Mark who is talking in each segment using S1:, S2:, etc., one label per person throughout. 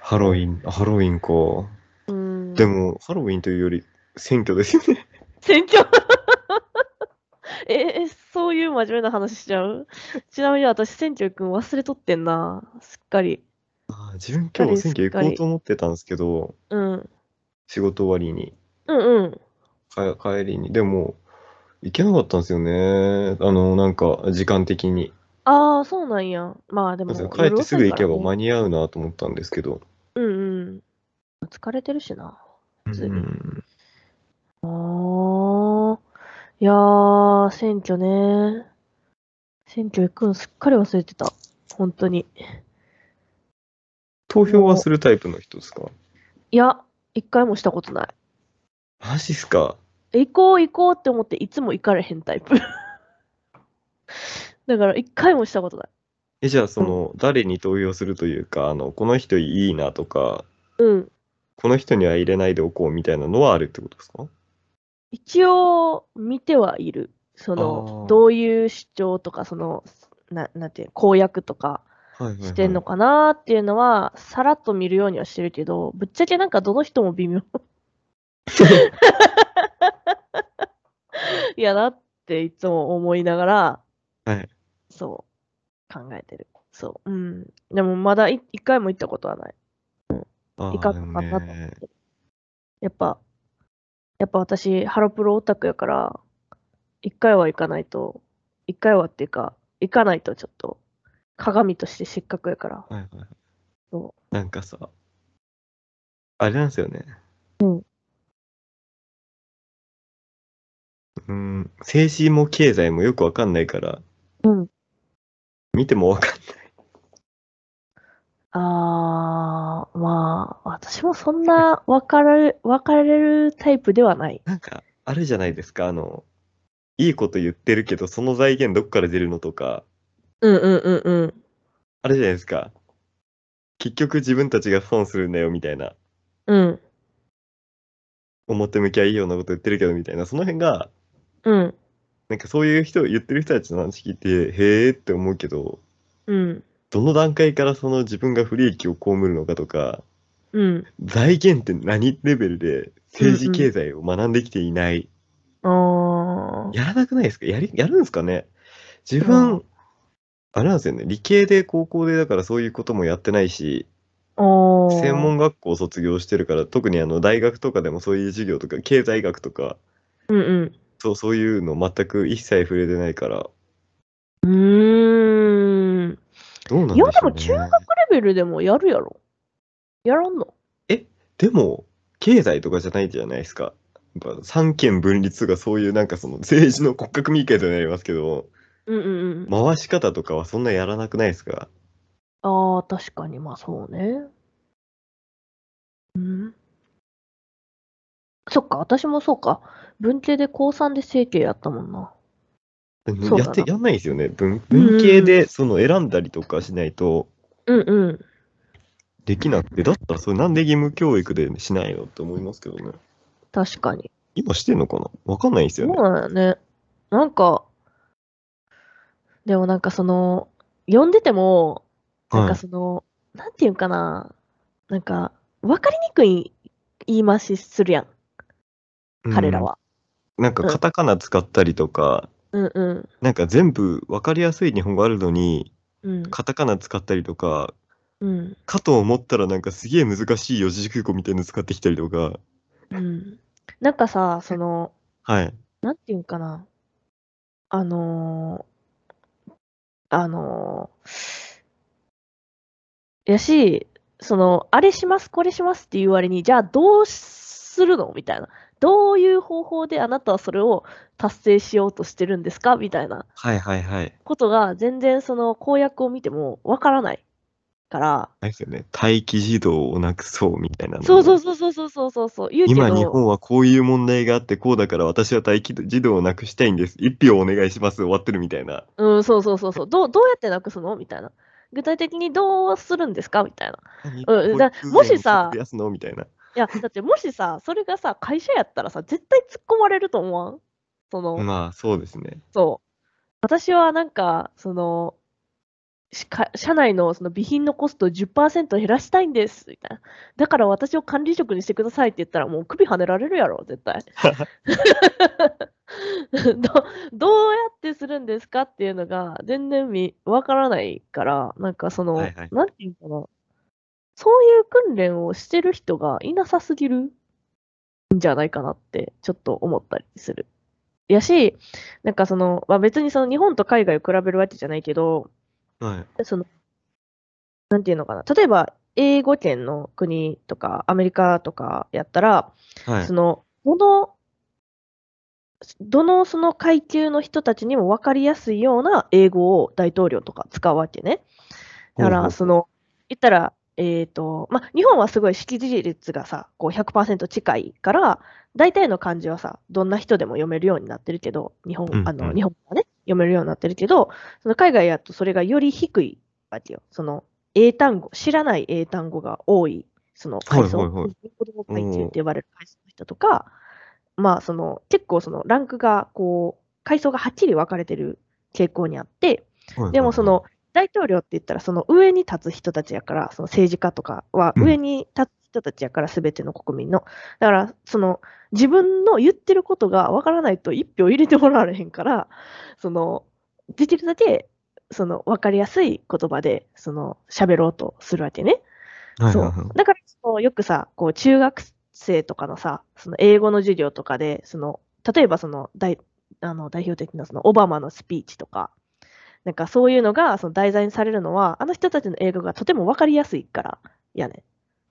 S1: ハロウィン、ハロウィンか。
S2: うん。
S1: でも、ハロウィンというより、選挙ですよ ね。
S2: 選挙え、えそういう真面目な話しちゃう ちなみに私、選挙くん忘れとってんな。すっかり。
S1: あー自分今日選挙行こうと思ってたんですけど、
S2: うん。うん
S1: 仕事終わりに、
S2: うん。
S1: か帰りに。でも、行けなかったんですよね。あの、なんか、時間的に。
S2: ああ、そうなんや。まあでも、
S1: 帰ってすぐ行けば間
S2: に。
S1: に合うなと思ったんですけど。
S2: うんうん。疲れてるしな。
S1: う
S2: 通に
S1: ん。
S2: ああ。いやー、選挙ね。選挙行くんすっかり忘れてた。本当に。
S1: 投票はするタイプの人ですか
S2: いや、一回もしたことない。
S1: マジっすか
S2: 行こう行こうって思っていつも行かれへんタイプ。 だから一回もしたことない。
S1: え、じゃあ、その、誰に投票するというか、あの、この人いいなとか、
S2: うん。
S1: この人には入れないでおこうみたいなのはあるってことですか
S2: 一応見てはいる。そ
S1: あ
S2: の
S1: ー、
S2: どういう主張とか、その、ななんていうの公約とか
S1: はいはい、
S2: してんのかなーっていうのは、さらっと見るようにはしてるけど、ぶっちゃけなんかどの人も 微妙。いやなっていつも思いながら、
S1: はい
S2: そう、考えてる。そう。うん。でもまだい一回も行ったことはない。
S1: あ
S2: いかがかなと思って。やっぱ、やっぱ私、ハロプロオタクやから、一回は行かないと、一回はっていうか、行かないとちょっと、鏡として失格やから。
S1: はいはい
S2: そ
S1: なんかさ、あれなんですよね。
S2: うん
S1: うん、政治も経済もよくわかんないから、
S2: うん
S1: 見てもわかんない。
S2: あー、まあ、私もそんな分かられ、分かれるタイプではない。
S1: なんか、あるじゃないですか、あの、いいこと言ってるけど、その財源どっから出るのとか、
S2: うんうんうんうん。
S1: あれじゃないですか。結局自分たちが損するんだよ、みたいな。
S2: うん。
S1: 表向きはいいようなこと言ってるけど、みたいな。その辺が、
S2: うん。
S1: なんかそういう人、言ってる人たちの話聞いて、へーって思うけど、
S2: うん。
S1: どの段階からその自分が不利益を被るのかとか、
S2: うん。
S1: 財源って何レベルで政治経済を学んできていない。
S2: あー。
S1: やらなくないですかやり、やるんですかね自
S2: う
S1: 分
S2: ん、
S1: あれなんですよね。理系で高校でだからそういうこともやってないし、
S2: あー。
S1: 専門学校を卒業してるから、特にあの大学とかでもそういう授業とか、経済学とか、
S2: うんうん。
S1: そうそういうの全く一切触れてないから、
S2: うーん。レ
S1: どうなんでしょう、ね、
S2: いやでも中学ベルでもやるやろ。やらんの
S1: でも、経済とかじゃないじゃないですか。やっぱ三権分立とかそういうなんかその政治の骨格見解となりますけど、
S2: うんうんうん。
S1: 回し方とかはそんなやらなくないですか
S2: ああ、確かに、まあそうね。うん。そっか、私もそうか。文系で高3で整形やったもんな。そう
S1: や
S2: だな
S1: ってやんないですよね。文文系でその選んだりとかしないと
S2: うんうん。
S1: できなくて、だったらそれなんで義務教育でしないのって思いますけどね。
S2: 確かに。
S1: 今してんのかなわかんないです
S2: そう
S1: よね。
S2: だね。なんか、でもなんかその、読んでても、なん
S1: は
S2: か
S1: い。
S2: その、なんていうんかな。なんか、わかりにくい言い回しするやん、彼らは。
S1: うん。なんかカタカナ使ったりとか、
S2: うんうん。
S1: なんか全部わかりやすい日本語あるのに、
S2: うん。
S1: カタカナ使ったりとか、
S2: うん。
S1: かと思ったらなんかすげえ難しい四字熟語みたいなの使ってきたりとか、
S2: うん。なんかさ、その、
S1: はい。
S2: なんていうんかな。あのーあのーやし、その、あれします、これしますっていう割に、じゃあどうするのみたいな。どういう方法であなたはそれを達成しようとしてるんですかみたいな
S1: はいはいはい。
S2: ことが全然その公約を見てもわからないから、
S1: あれですよね。待機児童をなくそうみたいなのも
S2: そうそうそうそうそうそうそうそう、言うけど、
S1: 今日本はこういう問題があってこうだから私は待機児童をなくしたいんです。一票お願いします。終わってるみたいな。
S2: うん、そうそうそうそう、どうどうやってなくすのみたいな。具体的にどうするんですかみたいな。うんだもしさ
S1: 増やすのみたいな。
S2: いや、だってもしさ、それがさ、会社やったらさ、絶対突っ込まれると思わんその、
S1: まあそうですね。
S2: そう。私はなんか、その、しか社内のその備品のコストを10%減らしたいんですみたいな。だから私を管理職にしてくださいって言ったら、もう首跳ねられるやろ、絶 対。どどうやってするんですかっていうのが全然みわからないから、なんかその、
S1: はいはい
S2: なんていうのかな、そういう訓練をしてる人がいなさすぎるんじゃないかなって、ちょっと思ったりする。やし、なんかその、まあ、別にその日本と海外を比べるわけじゃないけど、
S1: はい。
S2: その、なんていうのかな、例えば、英語圏の国とか、アメリカとかやったら、
S1: はい
S2: そ。の、どの、どのその階級の人たちにも分かりやすいような英語を大統領とか使うわけね。
S1: ほう
S2: だか
S1: ほ
S2: ら、
S1: う
S2: その、言ったら、えっ、と、まあ、日本はすごい識字率がさ、こう100%近いから、大体の漢字はさ、どんな人でも読めるようになってるけど、日本
S1: うんう、ん
S2: あの、日本はね、読めるようになってるけど、その海外やとそれがより低いわけよ。その、英単語、知らない英単語が多い、その階層、
S1: はいはいはい
S2: 子供階級って呼ばれる階層の人とか、まあ、その、結構その、ランクが、こう、階層がはっきり分かれてる傾向にあって、
S1: はい
S2: でもその、大統領って言ったらその上に立つ人たちやからその政治家とかは
S1: うん
S2: 上に立つ人たちやから全ての国民の、だからその自分の言ってることがわからないと一票入れてもらわれへんからそのできるだけその分かりやすい言葉でその喋ろうとするわけね。
S1: はい
S2: そ
S1: はいは
S2: う
S1: いはい。
S2: だからそのよくさ、こう中学生とかのさ、その英語の授業とかで、その例えばその大あの代表的なそのオバマのスピーチとか、なんかそういうのがその題材にされるのは、あの人たちの英語がとても分かりやすいからやねん。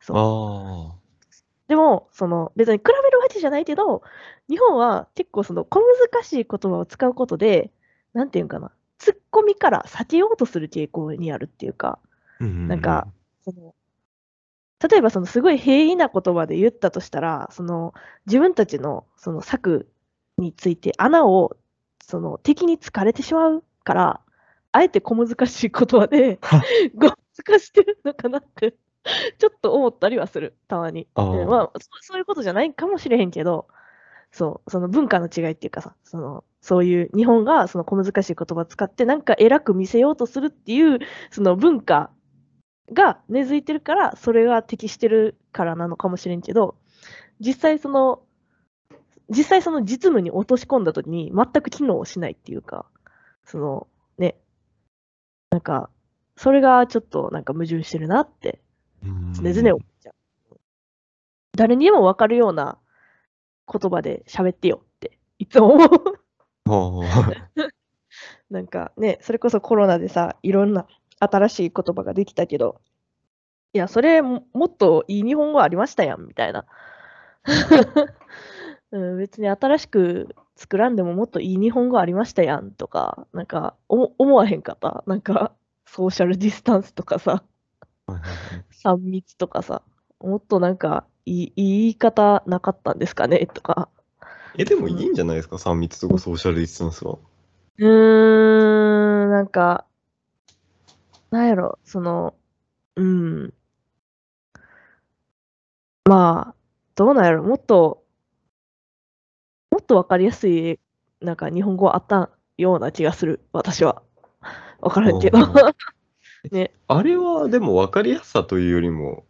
S2: そう
S1: あ
S2: でも、その別に比べるわけじゃないけど、日本は結構その小難しい言葉を使うことで、なんていうんかな、ツッコミから避けようとする傾向にあるっていうか、
S1: あ。
S2: なんか、その例えばそのすごい平易な言葉で言ったとしたらその自分たちのその策について穴をその敵に突かれてしまうからあえて小難しい言葉でごまかしてるのかなってちょっと思ったりはするたまに。
S1: あー
S2: うんまあそ、そういうことじゃないかもしれへんけど、そう、その文化の違いっていうかさ、そのそういう日本がその小難しい言葉使ってなんか偉く見せようとするっていうその文化が根付いてるから、それが適してるからなのかもしれんけど、実際その、実際その実務に落とし込んだ時に全く機能しないっていうか、そのね、なんか、それがちょっとなんか矛盾してるなって
S1: うん
S2: 常々思っちゃう。誰にでも分かるような言葉で喋ってよっていつも思う。
S1: ああ。
S2: なんかね、それこそコロナでさ、いろんな新しい言葉ができたけど、いや、それももっといい日本語ありましたやんみたいな、 うん。別に新しく作らんでももっといい日本語ありましたやんとか、なんか思思わへんかった。なんかソーシャルディスタンスとかさ。
S1: はいはいはい
S2: 3密とかさ、もっとなんかいい言い方なかったんですかねとか。
S1: え、でもいいんじゃないですか ?3 密とかソーシャルディスタンスは。
S2: うーん、なんか、なんやろ、その、うん。まあ、どうなんやろ、もっと、もっとわかりやすい、なんか日本語あったような気がする、私は。わからんけど。
S1: おー
S2: ね。
S1: あれはでも分かりやすさというよりも、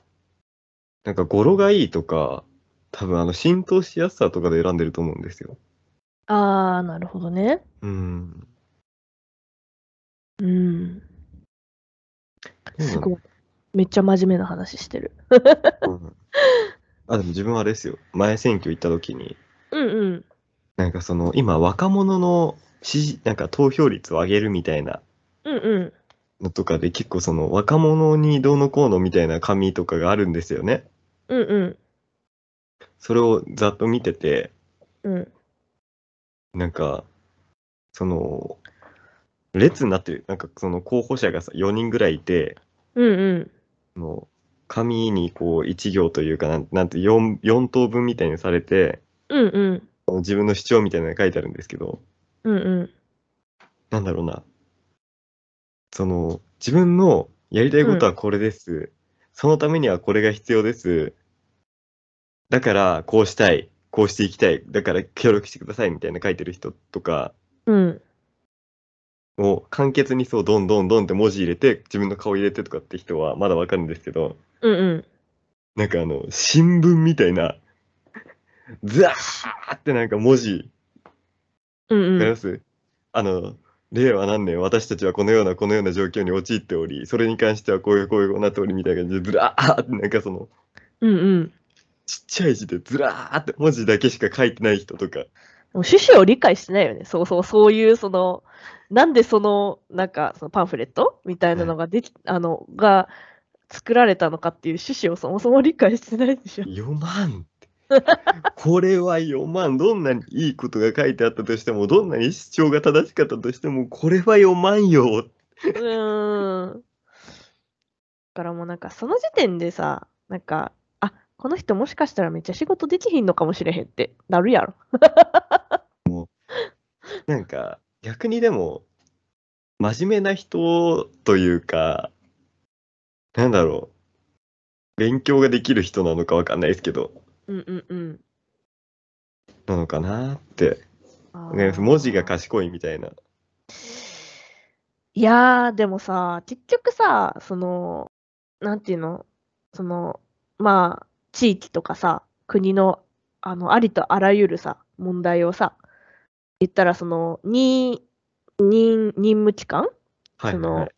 S1: なんか語呂がいいとか、多分あの浸透しやすさとかで選んでると思うんですよ。
S2: ああ、なるほどね。
S1: うん。
S2: うん。
S1: そうなん
S2: す
S1: だ
S2: ごい。めっちゃ真面目な話してる。
S1: うんあ、でも自分はあれですよ。前選挙行った時に、
S2: うんうん。
S1: なんかその今若者の支持、なんか投票率を上げるみたいな
S2: うんうん。
S1: のとかで結構その若者にどうのこうのみたいな紙とかがあるんですよね。
S2: うんうん。
S1: それをざっと見てて、
S2: うん。
S1: なんか、その、列になってる、なんかその候補者がさ4人ぐらいいて、
S2: うんうん。
S1: その紙にこう1行というかなん、なんて 4, 4等分みたいにされて、
S2: うんうん。
S1: その自分の主張みたいなのが書いてあるんですけど、
S2: うんうん。
S1: なんだろうな、その、自分のやりたいことはこれです、そのためにはこれが必要です、だからこうしたい、こうしていきたい、だから協力してくださいみたいな書いてる人とか、
S2: うん。
S1: を簡潔にそう、どんどんどんって文字入れて、自分の顔入れてとかって人はまだわかるんですけど、
S2: うんうん。
S1: なんかあの、新聞みたいな、ザーってなんか文字、
S2: うん
S1: わかり
S2: う
S1: ます、あの、令和何年、私たちはこのような、このような状況に陥っており、それに関してはこういう、こういう、こうなっておりみたいな感じで、ずらーって、なんかその、
S2: ん。うんうん。
S1: ちっちゃい字でずらーって文字だけしか書いてない人とか、
S2: もう趣旨を理解してないよね。そうそう、そういう、その、なんでその、なんか、そのパンフレットみたいなのができ、あの、が作られたのかっていう趣旨をそもそも理解してないでしょ。
S1: 読まんって。これは読まん。どんなにいいことが書いてあったとしても、どんなに主張が正しかったとしても、これは読まんよ。
S2: うーん。だからもうなんか、その時点でさ、なんか、あ、この人もしかしたらめっちゃ仕事できひんのかもしれへんってなるやろ。
S1: なんか、逆にでも、真面目な人というか、なんだろう。勉強ができる人なのかわかんないですけど、
S2: うんうんうん。
S1: なのかなって。
S2: あ
S1: わかります
S2: ー
S1: 文字が賢いみたいな。
S2: いやー、でもさ、結局さ、その、なんていうの、その、まあ、地域とかさ、国の、あの、ありとあらゆるさ、問題をさ、言ったら、その、任、任、任務期間
S1: はいはいはい。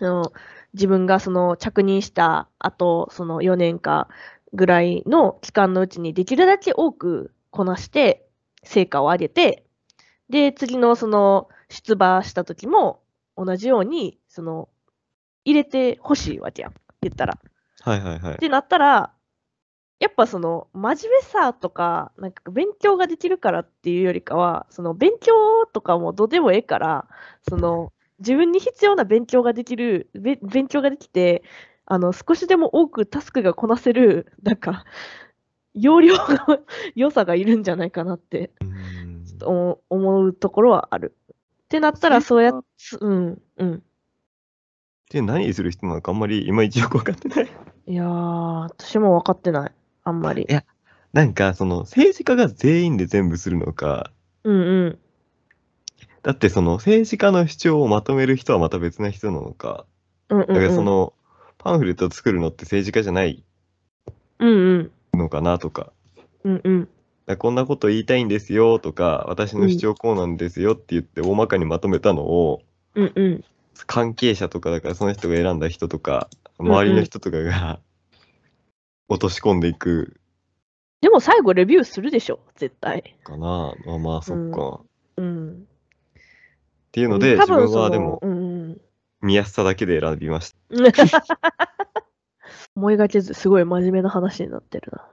S2: その自分がその着任したあとその4年かぐらいの期間のうちにできるだけ多くこなして成果を上げてで次のその出馬した時も同じようにその入れてほしいわけやん言ったら。
S1: はいはいは
S2: っ
S1: い。
S2: てなったらやっぱその真面目さとかなんか勉強ができるからっていうよりかはその勉強とかもどうでもええからその自分に必要な勉強ができるべ勉強ができてあの少しでも多くタスクがこなせるなんか容量の良さが いるんじゃないかなって
S1: うーん
S2: 思う思うところはある。ってなったらそうやっうんうん。
S1: で、何する人なのかあんまりいまいちよくわかってない。
S2: いやー私も分かってないあんまり
S1: え。なんか、その、政治家が全員で全部するのか、
S2: うんうん。
S1: だってその、政治家の主張をまとめる人はまた別な人なのか、
S2: うんうん
S1: だ
S2: う
S1: か
S2: ん、
S1: らその、パンフレットを作るのって政治家じゃない
S2: うんうん。
S1: のかなとか、だか
S2: うんうん。
S1: らこんなこと言いたいんですよとか、私の主張こうなんですよって言って大まかにまとめたのを、
S2: うんうん。
S1: 関係者とか、だからその人が選んだ人とか、周りの人とかが、落とし込んでいく
S2: でも最後レビューするでしょ、絶対。
S1: かな。まあまあ、そっか。っ
S2: うん。
S1: ていうので、
S2: 多
S1: 自
S2: 分
S1: 分
S2: その
S1: はでも、
S2: うんうん。
S1: 見やすさだけで選びました。
S2: 思いがけずすごい真面目な話になってるな。